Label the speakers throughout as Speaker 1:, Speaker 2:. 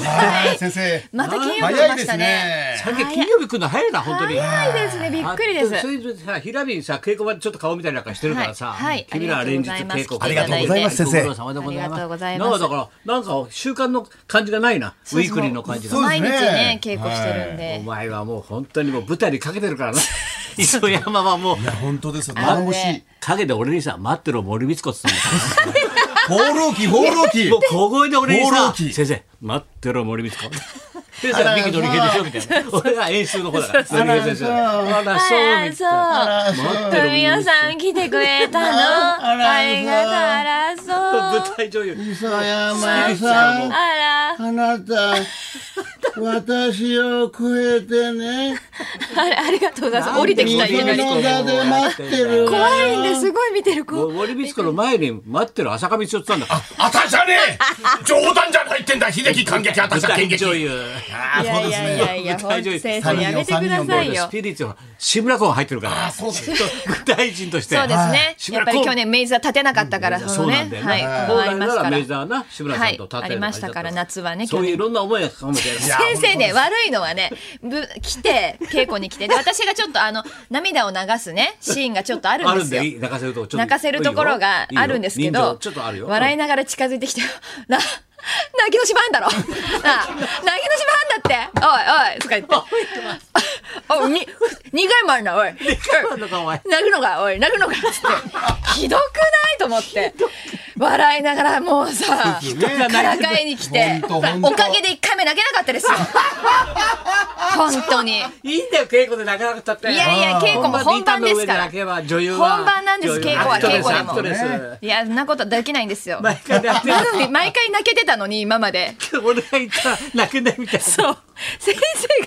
Speaker 1: はい先生
Speaker 2: また金曜日来
Speaker 1: 早い
Speaker 2: ま
Speaker 1: で
Speaker 2: し
Speaker 1: す
Speaker 2: たね
Speaker 1: ね
Speaker 3: 最近金曜日来るの早いな本当に
Speaker 2: 早いですねびっくりです
Speaker 3: あそれでさひらりにさ稽古場でちょっと顔見たりなんかしてるからさ、
Speaker 2: はいはい
Speaker 3: 君らは連日稽古
Speaker 2: ありがとうご
Speaker 1: ざいます
Speaker 3: ご苦労様でござい
Speaker 2: ありがとうご
Speaker 3: ます
Speaker 2: ざ
Speaker 3: ないん
Speaker 2: ます
Speaker 3: かだからなんか習慣の感じがないなウィークリーの感じが
Speaker 1: そうです
Speaker 2: 毎
Speaker 1: ね
Speaker 2: 日ね稽古してるん
Speaker 3: お
Speaker 2: で、
Speaker 3: 前はもう本当にもう舞台にかけてるからな磯山はもう
Speaker 1: いや本当ですよ
Speaker 2: あ
Speaker 1: 頼
Speaker 2: の
Speaker 1: もしい
Speaker 2: ね
Speaker 3: 陰で俺にさ待ってろ森光子って言ったんだか
Speaker 1: 放浪記放浪記
Speaker 3: らもう小声で俺に
Speaker 1: 放浪
Speaker 3: さ
Speaker 1: 記
Speaker 3: 先生待ってろ森光子先
Speaker 1: あ
Speaker 3: 生
Speaker 1: ら
Speaker 3: はミキドリヘでしょみたいな俺は演出の方だから
Speaker 1: う
Speaker 3: ドリヘ先生あらそうみたいな
Speaker 2: あ
Speaker 3: 待って
Speaker 2: そう
Speaker 3: ろ
Speaker 2: 皆さん来てくれたの
Speaker 1: あら
Speaker 2: ありがとうあらそう
Speaker 3: 舞台女優
Speaker 1: 磯山
Speaker 3: さん
Speaker 2: あら
Speaker 1: あなた私を超えてね
Speaker 2: あらありがとうございます降りてきた
Speaker 1: 家
Speaker 2: 家
Speaker 1: の
Speaker 2: に
Speaker 1: 中で待ってるわ
Speaker 2: 怖いんですごい見てる
Speaker 3: も
Speaker 2: 子
Speaker 3: う森光子の前に待ってる浅香道夫って言ったんだから
Speaker 4: あたしゃね え冗談じゃないってんだ秀樹感激あたしゃ
Speaker 3: 舞
Speaker 4: 感
Speaker 3: 台
Speaker 4: 激
Speaker 3: 女優
Speaker 1: あ
Speaker 2: い
Speaker 1: そ
Speaker 2: や
Speaker 1: うで
Speaker 2: い
Speaker 1: す
Speaker 2: やいや
Speaker 1: ね
Speaker 2: いや
Speaker 3: 舞台
Speaker 2: 本
Speaker 3: 女
Speaker 2: 当
Speaker 3: 優
Speaker 2: 先生やめてくださいよ
Speaker 3: スピリッツは志村君入ってるから
Speaker 4: そうです
Speaker 3: 副大臣として
Speaker 2: そうですね
Speaker 3: 志
Speaker 2: やっぱ
Speaker 3: 村君
Speaker 2: り去年明治座立てなかったから
Speaker 3: そうなんだよな、
Speaker 2: はいこうあり
Speaker 3: 本来
Speaker 2: ま
Speaker 3: な
Speaker 2: すから
Speaker 3: 明治
Speaker 2: ら
Speaker 3: 座はな志村さんと立
Speaker 2: はいありましたから夏はね
Speaker 3: そういういろんな思いがかもしれないいや
Speaker 2: 先生ね悪いのはねぶ来て稽古に来てで私がちょっとあの涙を流すねシーンがちょっとある
Speaker 3: あ
Speaker 2: ん
Speaker 3: る
Speaker 2: で
Speaker 3: ん
Speaker 2: す
Speaker 3: で
Speaker 2: よ
Speaker 3: いい泣かせるとこちょっと
Speaker 2: 泣かせるところがあるんですけ
Speaker 3: いいよ
Speaker 2: ど
Speaker 3: ちょっとあるよ
Speaker 2: 笑いながら近づいてきて「な 泣きの芝んだろなあ泣きの芝んだっておいおい」とか言って「 おいに2回もあるなおい」
Speaker 3: なんだかお前
Speaker 2: 泣くのかおい泣くのかっつ ってひどくないと思って笑いながらもうさからかいに来て
Speaker 1: ほんとほんと
Speaker 2: おかげで1回目泣けなかったですよ本当にい
Speaker 3: いいんだよ稽古で泣かなくたってい
Speaker 2: やいや稽古も本番ですから
Speaker 3: 泣けば女優は
Speaker 2: 本番なんです
Speaker 3: 女優
Speaker 2: 稽古は
Speaker 3: アクトレス
Speaker 2: 稽古でも
Speaker 3: アクトレス
Speaker 1: ね
Speaker 2: いやそんなことできないんですよ
Speaker 3: 毎回泣いてる
Speaker 2: なのに毎回泣けてたのに今まで
Speaker 3: 俺が言ったら泣けないみたいな
Speaker 2: そう先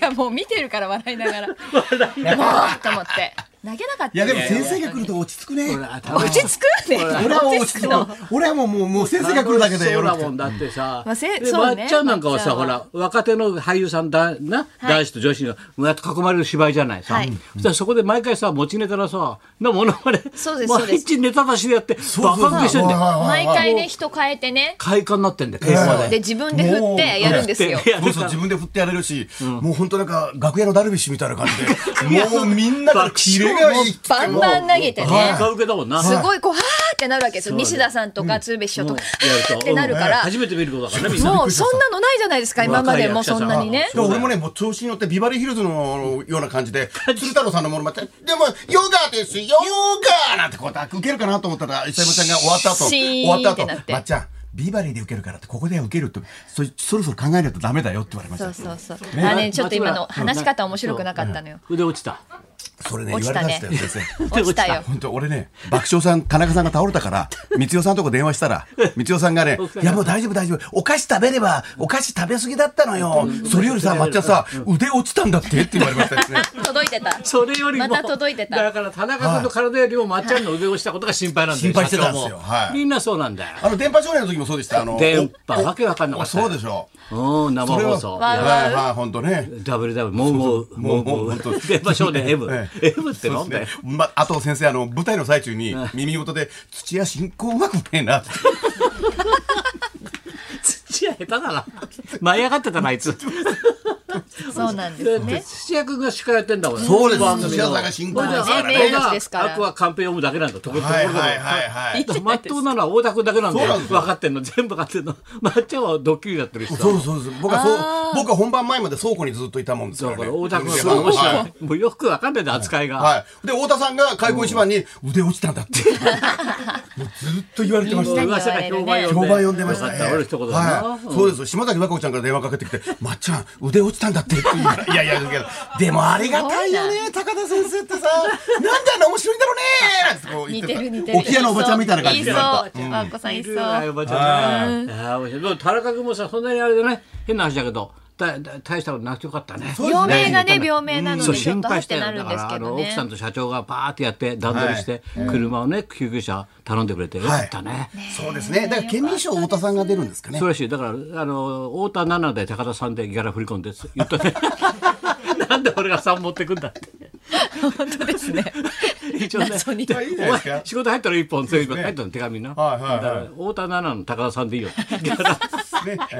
Speaker 2: 生がもう見てるから笑いながらもうと思って泣けなかった
Speaker 1: いやでも先生が来ると落ち着くね
Speaker 3: ほら頭
Speaker 2: 落ち着くね
Speaker 1: 俺はもう落ち着くの俺はもうもうもう先生が来るだけで
Speaker 3: そう
Speaker 1: 喜
Speaker 3: だ
Speaker 1: ぶ
Speaker 3: もんだってさ。
Speaker 2: まあせ
Speaker 3: で
Speaker 2: そうね
Speaker 3: まっちゃんなんかは
Speaker 2: ま
Speaker 3: さ、ほ
Speaker 2: っちゃんは
Speaker 3: ら、若手の俳優さんだ、な、男子と女子が、うわっと囲まれる芝居じゃないさ。
Speaker 2: はい
Speaker 3: そしたらそこで毎回さ、持ちネタのさ、な、ものまね。
Speaker 2: そうですそう
Speaker 3: 毎
Speaker 2: です
Speaker 3: 日ネタ出しでやって、バカ受けしてんだよ。
Speaker 2: 毎回ね人変えてね
Speaker 3: 快感になってんだよ、稽古
Speaker 1: は
Speaker 3: で
Speaker 1: い
Speaker 2: で自分で振ってやるんですよ
Speaker 3: いや
Speaker 1: そうそう自分で振ってやれるし、もう本当なんか楽屋のダルビッシュみたいな感じで、もうみんなからキレがいい。
Speaker 2: バンバン投げてね
Speaker 3: バカ受けだもんな。
Speaker 2: すごいこうはーってなるわけですよ西田さんとか鶴瓶師匠と
Speaker 3: もう
Speaker 2: かは
Speaker 3: やる
Speaker 2: ー
Speaker 3: と
Speaker 2: ってなるか
Speaker 3: うん
Speaker 2: ら
Speaker 3: 初めて見ることだからね、みんな。
Speaker 2: もうそんなのないじゃないですか今までもそんなにね
Speaker 1: で俺もね、もう調子に乗ってビバリーヒルズのような感じで、鶴太郎さんのものまた、でも、ヨガですよ、ヨガなんてこうやって受けるかなと思ったら、石山ちゃんが終わった後、
Speaker 2: シーン
Speaker 1: 終わった後
Speaker 2: ってなっ、て
Speaker 1: まっちゃん、ビバリーで受けるからって、ここでは受けるって、そそろそろ考えないとダメだよって言われまし
Speaker 2: そう
Speaker 1: た。
Speaker 2: そうそうあれねちょっと今の話し方面白くなかったのよ
Speaker 3: 腕落ちた。
Speaker 1: それね、
Speaker 2: 落
Speaker 1: 言
Speaker 2: ち
Speaker 1: わ
Speaker 2: た
Speaker 1: れま
Speaker 2: ね
Speaker 1: したよ、先生。
Speaker 2: 落ちたよ
Speaker 1: 本当俺ね爆笑さん田中さんが倒れたから光代さんとこ電話したら光代さんが ね「いやもう大丈夫大丈夫お菓子食べればお菓子食べ過ぎだったのよそれよりさ抹茶さ腕落ちたんだって」って言われましたよね
Speaker 2: 届いてた
Speaker 3: それよりも
Speaker 2: また届いてた
Speaker 3: だから田中さんの体よりもまっちゃんの腕をしたことが心配なんだ
Speaker 1: 心
Speaker 3: よ
Speaker 1: 配してたんですよ
Speaker 3: 社長も
Speaker 1: はい
Speaker 3: みんなそうなんだよ
Speaker 1: あの電波少年の時もそうでしたあの
Speaker 3: 電波
Speaker 1: おお
Speaker 3: わけわかんなかった
Speaker 1: そうでしょ
Speaker 3: うん生
Speaker 1: それ
Speaker 3: 放
Speaker 1: は
Speaker 3: 送
Speaker 2: わう
Speaker 1: はいはい本当ね
Speaker 3: WW もうもうもうも
Speaker 1: もう
Speaker 3: う
Speaker 1: 本当
Speaker 3: 電波少年 M
Speaker 1: え
Speaker 3: M ってなんだ
Speaker 1: ね
Speaker 3: よ、
Speaker 1: まあと先生あの舞台の最中に耳元で「土屋進行うまくねえな」 って
Speaker 3: 土屋下手だな舞い上がってたなあいつ
Speaker 2: そうなんですね
Speaker 3: 土屋君が司会やってんだもん
Speaker 1: そうです
Speaker 3: 番組の
Speaker 1: 土屋さんが進行
Speaker 3: それで
Speaker 2: そうです
Speaker 3: あれ
Speaker 2: 名物
Speaker 3: が
Speaker 2: ですから
Speaker 3: アクアカンペ読むだけなんだところどこ
Speaker 1: はい
Speaker 3: ろ
Speaker 1: はいはいはい
Speaker 3: まっとうなのは大田君だけなんだ
Speaker 1: そうな
Speaker 3: よ
Speaker 1: んですよ
Speaker 3: 分かってんの全部分かってんのまっちゃんはドッキリだってるしさ
Speaker 1: そうそうそう僕はそう僕は本番前まで倉庫にずっといたもんですから
Speaker 3: だか
Speaker 1: ね
Speaker 3: ら大田君
Speaker 1: 先
Speaker 3: は
Speaker 1: 生が
Speaker 3: 面白い
Speaker 1: はい
Speaker 3: もうよくわかんないんだ扱いが、
Speaker 1: はい。で、太田さんが開口一番に腕落ちたんだ って。もうずっと言われてまし
Speaker 3: もう
Speaker 1: たよ。
Speaker 3: 噂が評判呼んで
Speaker 1: 評判読んでました
Speaker 3: よ
Speaker 1: ね。
Speaker 3: かった俺一言だな、
Speaker 1: はい。そうですよ。島崎和歌子ちゃんから電話かけてきて、まっちゃん、腕落ちたんだってって言うから。いやいや、だけど、でもありがたいよね、高田先生ってさ、なんであんな面白いんだろうねなんてこう
Speaker 2: 似
Speaker 1: 言っててた
Speaker 2: る似てる
Speaker 1: 沖屋のおばちゃんみたいな感じ
Speaker 2: い
Speaker 1: で。
Speaker 2: そう
Speaker 1: なんか
Speaker 2: 和子さんい
Speaker 3: い
Speaker 2: そ
Speaker 3: る
Speaker 2: う
Speaker 3: わよおばちゃんね。ああ、面白い。でも田中君もさ、そんなにあれでね、変な話だけど、だだ大したことなくてよかったね。
Speaker 1: う
Speaker 2: 病名がね
Speaker 3: ね
Speaker 2: 病名なの
Speaker 3: そう
Speaker 2: でちょっ
Speaker 3: 心
Speaker 2: とは
Speaker 3: 配し
Speaker 2: ってて
Speaker 3: だ
Speaker 2: な
Speaker 3: か
Speaker 2: るんですけど
Speaker 3: らあの奥さん
Speaker 2: ね
Speaker 3: と社長がバーってやって段取りして車をね救急車頼んでくれてよかったね。
Speaker 1: そうですね。だから、県民賞太田さんが出るんですかね
Speaker 3: そう。らしいだからあの太田七で高田さんでギャラ振り込んでって言った ね。なんで俺が三持ってくんだって。
Speaker 2: 本当ですね
Speaker 3: 一応ね、
Speaker 2: 謎に
Speaker 3: で
Speaker 1: まあいいじゃない
Speaker 3: お
Speaker 1: ですか
Speaker 3: 前仕事入ったら一本全部書いてたの手紙な。だ
Speaker 1: はいはいはい
Speaker 3: から太田七の高田さんでいいよ。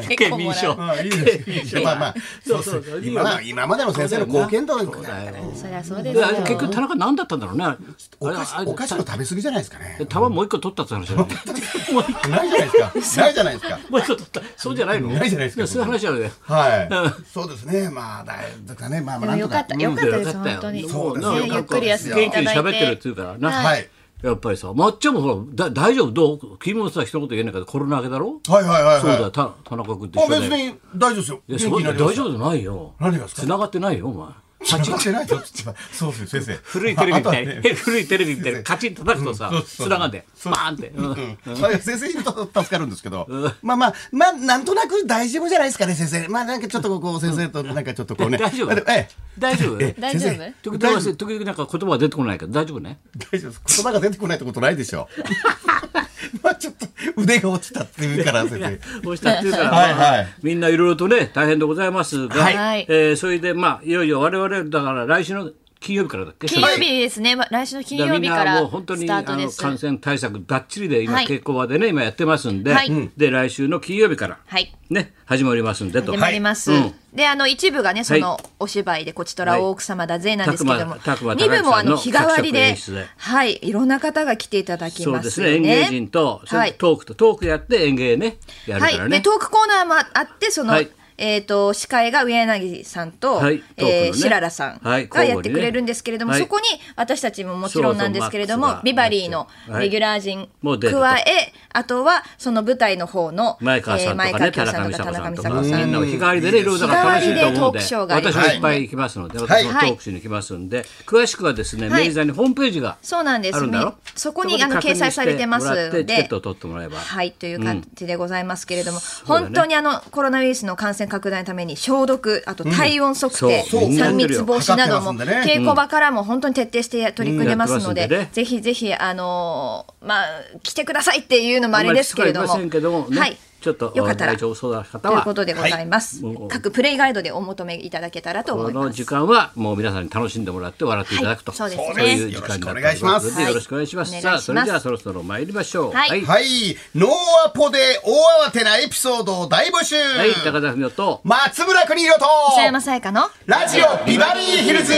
Speaker 2: 結
Speaker 3: 県
Speaker 2: 構
Speaker 3: 民
Speaker 2: もらう
Speaker 3: 賞。
Speaker 1: あいいですよ。まあまあ、
Speaker 3: そうそうそう
Speaker 1: 今まあ今までの先生の貢献度
Speaker 3: そうだよ
Speaker 2: そりゃそうですよ
Speaker 3: で結局田中何だったんだろうね。あれ
Speaker 1: お菓子
Speaker 3: あれ
Speaker 1: お菓子の食べ過ぎじゃないですかね。
Speaker 3: たまもう一個取ったって話じゃない。 もう一個
Speaker 1: ないじゃないですか。ないじゃないですか。
Speaker 3: もう一個取った。そうじゃないの。
Speaker 1: ないじゃないですか
Speaker 3: そういう話なので。
Speaker 1: はい。そうですね。まあ、だいぶかね。まあま
Speaker 2: で
Speaker 1: あ、なん
Speaker 2: もよ
Speaker 1: と
Speaker 2: か
Speaker 1: か
Speaker 2: っ。たよかったです
Speaker 3: うん
Speaker 2: 本当に
Speaker 1: そうだよ
Speaker 2: ねゆっくり休んでい
Speaker 3: 元気
Speaker 2: た
Speaker 3: に
Speaker 2: だい
Speaker 3: 喋ってるってていうからな。
Speaker 2: はい
Speaker 3: やっぱりさ、まっちゃんもほら、だ大丈夫どう君もさ、一言言えないからコロナ明けだろ
Speaker 1: はいはいはいはい。
Speaker 3: そうだよ、た田中君って
Speaker 1: あ
Speaker 3: 一緒
Speaker 1: 別
Speaker 3: だよ。
Speaker 1: に大丈夫ですよ。
Speaker 3: い
Speaker 1: 元
Speaker 3: や
Speaker 1: 気
Speaker 3: そう
Speaker 1: にな
Speaker 3: 大
Speaker 1: りました
Speaker 3: 丈夫じゃないよ。
Speaker 1: 何がですか
Speaker 3: 繋がってないよ、お前。
Speaker 1: 立 ちってないよつってそうですよ先生。
Speaker 3: 古いテレビみたい
Speaker 1: あと
Speaker 3: に、
Speaker 1: はね
Speaker 3: 古いテレビみたいにカチン叩くとさ
Speaker 1: うんそう、そう
Speaker 3: 繋がんで、
Speaker 1: そ
Speaker 3: バ
Speaker 1: う
Speaker 3: ーンって。うん
Speaker 1: うんまあ先生いると助かるんですけど、まあまあ、まあ、なんとなく大丈夫じゃないですかね、先生。まあ、なんかちょっとこう、先生となんかちょっとこうね。
Speaker 3: 大丈夫
Speaker 1: ええ
Speaker 3: 大丈夫
Speaker 1: ええ
Speaker 2: 大丈夫
Speaker 1: 先生
Speaker 3: 時
Speaker 1: 大丈
Speaker 3: 々、時々なんか言葉が出てこないけど、大丈夫ね。
Speaker 1: 大丈夫です。言葉が出てこないってことないでしょ。 まあ、ちょっと腕が落ちたっていうから、先生。
Speaker 3: こうしたっていうから、
Speaker 1: はいはい
Speaker 3: まあみんないろいろとね、大変でございますが、
Speaker 2: はい
Speaker 3: えーそれで、まあ、いよいよ我々、だから来週の金曜日からだっけ
Speaker 2: 金曜日ですねま来週の金曜日か
Speaker 3: だらみんなも
Speaker 2: ら
Speaker 3: う本当
Speaker 2: ス
Speaker 3: に
Speaker 2: タ
Speaker 3: あ
Speaker 2: ートで
Speaker 3: の
Speaker 2: す
Speaker 3: 感染対策ばっちりで今、
Speaker 2: はい
Speaker 3: 稽古場でね今やってますんで、
Speaker 2: はい
Speaker 3: うんで来週の金曜日から、
Speaker 2: はい
Speaker 3: ね始まりますんでと
Speaker 2: 始まります、
Speaker 3: はいうん
Speaker 2: であの一部がねそのお芝居で「こちとら大奥様だぜ」なんですけども、
Speaker 3: はい拓馬拓馬
Speaker 2: 二部もあの
Speaker 3: 高橋さ
Speaker 2: 日
Speaker 3: ん
Speaker 2: 替
Speaker 3: の
Speaker 2: わり
Speaker 3: 作曲
Speaker 2: で
Speaker 3: 演出で
Speaker 2: はいいろんな方が来ていただき
Speaker 3: そう
Speaker 2: ま
Speaker 3: です
Speaker 2: す
Speaker 3: ね
Speaker 2: よ
Speaker 3: 演
Speaker 2: ね
Speaker 3: 芸人と、それ
Speaker 2: は
Speaker 3: で
Speaker 2: い
Speaker 3: トークとトークやって演芸ねやるから
Speaker 2: はい、で
Speaker 3: ね、
Speaker 2: トークコーナーもあってその、
Speaker 3: はい
Speaker 2: えー、と司会が上柳さんと、
Speaker 3: はいトークのね
Speaker 2: えー、白良さん
Speaker 3: はい
Speaker 2: がやってくれるんですけれども、
Speaker 3: 交
Speaker 2: そこ
Speaker 3: 互
Speaker 2: に私たちももちろんなんですけれど
Speaker 3: そう
Speaker 2: も
Speaker 3: そう
Speaker 2: ビバリーの
Speaker 3: はい
Speaker 2: レギュラー陣
Speaker 3: もう出ると
Speaker 2: 加えあとはその舞台の方の
Speaker 3: 前川さんとかね、
Speaker 2: えー前
Speaker 3: 田
Speaker 2: 川
Speaker 3: 中美
Speaker 2: 清さんと
Speaker 3: 佐子
Speaker 2: か
Speaker 3: さ
Speaker 2: 田
Speaker 3: んと
Speaker 2: 中美
Speaker 3: か、
Speaker 2: 佐子
Speaker 3: み
Speaker 2: さ
Speaker 3: ん
Speaker 2: ん
Speaker 3: なも日替わりでね、いろいろ楽しいと思うん
Speaker 2: 日替わりでトー
Speaker 3: で、私
Speaker 2: クショーがあります
Speaker 3: もいっぱい行きますので、
Speaker 1: はい
Speaker 3: 私もトークしに行きますんで、詳しくはですね、
Speaker 2: はい
Speaker 3: 明治座にホームページが
Speaker 2: そうなんです
Speaker 3: あるんだろ
Speaker 2: みそこに
Speaker 3: で
Speaker 2: あの
Speaker 3: 確認
Speaker 2: 掲載されてます
Speaker 3: してもらって
Speaker 2: で
Speaker 3: チケットを取ってもらえば。
Speaker 2: はいという感じでございますけれども、
Speaker 3: うだね
Speaker 2: 本当にあのコロナウイルスの感染拡大のために消毒あと体温測定、
Speaker 3: そうそう
Speaker 2: 3密防止なども、
Speaker 1: 測ってますんで
Speaker 2: 稽
Speaker 1: ね
Speaker 2: 古場からも本当に徹底して取り組んでますので,、
Speaker 3: うんやってますんでね
Speaker 2: ぜひぜひあのーまあ来てくださいっていうのもあれですけれども
Speaker 3: あんまりしつこいませんけどもね
Speaker 2: はい
Speaker 3: ちょっと
Speaker 2: よかったら
Speaker 3: 大丈夫そうな方
Speaker 2: と
Speaker 3: は
Speaker 2: いうことでございます、
Speaker 3: はい
Speaker 2: 各プレイガイドでお求めいただけたらと思
Speaker 3: こ
Speaker 2: いま
Speaker 3: の
Speaker 2: す
Speaker 3: 時間はもう皆さんに楽しんでもらって笑っていただくと、
Speaker 2: はいそうですね
Speaker 3: いう時間になってますのでよ
Speaker 2: よ
Speaker 3: ろ
Speaker 2: ろ
Speaker 3: し
Speaker 2: し
Speaker 3: く
Speaker 2: く
Speaker 3: お
Speaker 2: お
Speaker 3: 願
Speaker 2: 願
Speaker 3: い
Speaker 2: い
Speaker 3: し
Speaker 2: し
Speaker 3: ま。
Speaker 2: ますす
Speaker 3: さあ
Speaker 2: はい
Speaker 3: それではそろそろ参りましょう。
Speaker 2: はい
Speaker 1: はい。ノーアポで大慌てなエピソードを大募集。
Speaker 3: はい高田文夫と
Speaker 1: 松村邦洋と、
Speaker 2: 磯山さやかの
Speaker 1: ラジオビバリーヒルズ。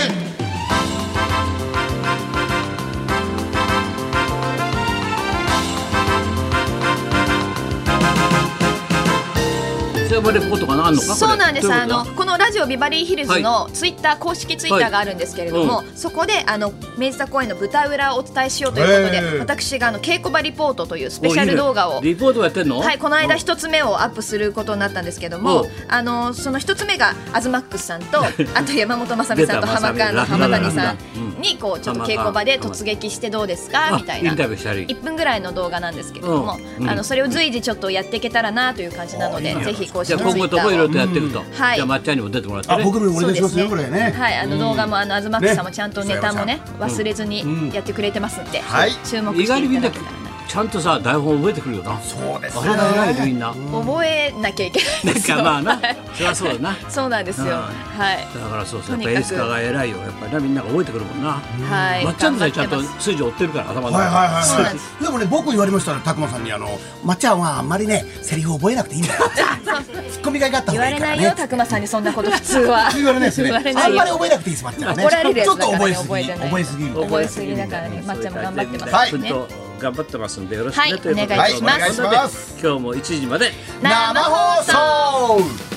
Speaker 3: 磯山レポートがあんのかこれ
Speaker 2: そうなんです。
Speaker 3: どい
Speaker 2: あ
Speaker 3: こと
Speaker 2: のこのラジオビバリーヒルズのツイッター公式ツイッターがあるんですけれども、
Speaker 3: は
Speaker 2: そこであの明治座公演の舞台裏をお伝えしようということで、
Speaker 1: へー
Speaker 2: 私があの稽古場リポートというスペシャル動画
Speaker 3: お
Speaker 2: を
Speaker 3: いいねリポートやってんの？
Speaker 2: はい、この間
Speaker 3: うん
Speaker 2: 一つ目をアップすることになったんですけど
Speaker 3: お
Speaker 2: も、あのその一つ目がアズマックスさんと、 あと山本まさみさんと
Speaker 3: 出た
Speaker 2: 浜川の浜谷さ
Speaker 3: まさみ
Speaker 2: んにこうちょっと稽古場で突撃してどうです
Speaker 3: あ
Speaker 2: かみたいな
Speaker 3: インタビューしたり
Speaker 2: 1分ぐらいの動画なんですけれども
Speaker 3: う、ん
Speaker 2: あのそれを随時ちょっとやっていけたらなという感じなので、ぜひ公
Speaker 3: じ
Speaker 2: 式
Speaker 3: ゃあ
Speaker 2: ツイ
Speaker 3: 今後
Speaker 2: ッ
Speaker 3: と
Speaker 2: タ
Speaker 3: もい
Speaker 2: ー
Speaker 3: ろい
Speaker 2: を
Speaker 3: ろとやっていくと。
Speaker 2: はい
Speaker 3: じゃあまっちゃんにも出てもらって
Speaker 1: あ、
Speaker 3: ね。
Speaker 1: 僕もお願いしますよ、
Speaker 2: そ
Speaker 1: こ
Speaker 2: う
Speaker 1: れ
Speaker 2: です
Speaker 1: ね。
Speaker 2: はい、あの動画もあの東マックスさんもちゃんとネタもね
Speaker 1: ね
Speaker 2: 忘れずにやってくれてますんで、
Speaker 1: はい
Speaker 2: 注目
Speaker 3: 意
Speaker 2: し
Speaker 3: 外
Speaker 2: て
Speaker 3: に
Speaker 2: い
Speaker 3: み
Speaker 2: た
Speaker 3: んな
Speaker 2: だけたらな。
Speaker 3: ちゃんとさ台本覚えてくるよな。
Speaker 1: そうです
Speaker 3: あれが偉いねみんな。
Speaker 2: 覚えなきゃいけない
Speaker 3: なん
Speaker 2: ですよ。
Speaker 3: かまあな
Speaker 2: は い、
Speaker 3: そりゃそうだな。だ
Speaker 2: そうなんですよ。
Speaker 3: うん
Speaker 2: はい。
Speaker 3: からそうそ
Speaker 2: と
Speaker 3: う、やっ
Speaker 2: にか
Speaker 3: ぱ
Speaker 2: く
Speaker 3: エリスカが偉いよ、やっぱりなみんなが覚えてくるもんな。
Speaker 2: はい
Speaker 3: まっちゃんとさえちゃんと
Speaker 2: 頑張って
Speaker 3: 数字追ってるから頭の中
Speaker 1: はいはいはい
Speaker 2: そう
Speaker 1: は
Speaker 2: ないん
Speaker 1: で
Speaker 2: です
Speaker 1: もね僕言われましたねたくまさんにあの「まっちゃんはあんまりねセリフ覚えなくていいんだよ」ツッコミがいがあった方が
Speaker 2: 言わ
Speaker 1: いい
Speaker 2: れ
Speaker 1: か
Speaker 2: な
Speaker 1: ら
Speaker 2: いよ、
Speaker 1: ね
Speaker 2: たくまさんにそんなこと普通は。
Speaker 1: 言われないですよ
Speaker 2: 言わ
Speaker 1: ね
Speaker 2: れな
Speaker 1: あん
Speaker 2: い
Speaker 1: まり
Speaker 2: よ。
Speaker 1: 覚えなくていいですまっちゃんはね
Speaker 2: 怒られるや
Speaker 1: ちょ
Speaker 2: つ
Speaker 1: っ
Speaker 2: だ
Speaker 1: と
Speaker 2: から
Speaker 1: 覚え
Speaker 2: ね
Speaker 1: すぎ
Speaker 2: 覚えてな
Speaker 1: 覚
Speaker 2: い
Speaker 1: えすぎみたいな
Speaker 2: 覚えすぎだからね、まっちゃんも頑張ってますから
Speaker 1: はい
Speaker 2: ね。
Speaker 3: 頑張ってますんでよろしく
Speaker 2: はい
Speaker 3: ねということで
Speaker 2: お願いします
Speaker 1: はいお願いします
Speaker 3: 今日も1時まで
Speaker 2: 生放送
Speaker 1: 生放送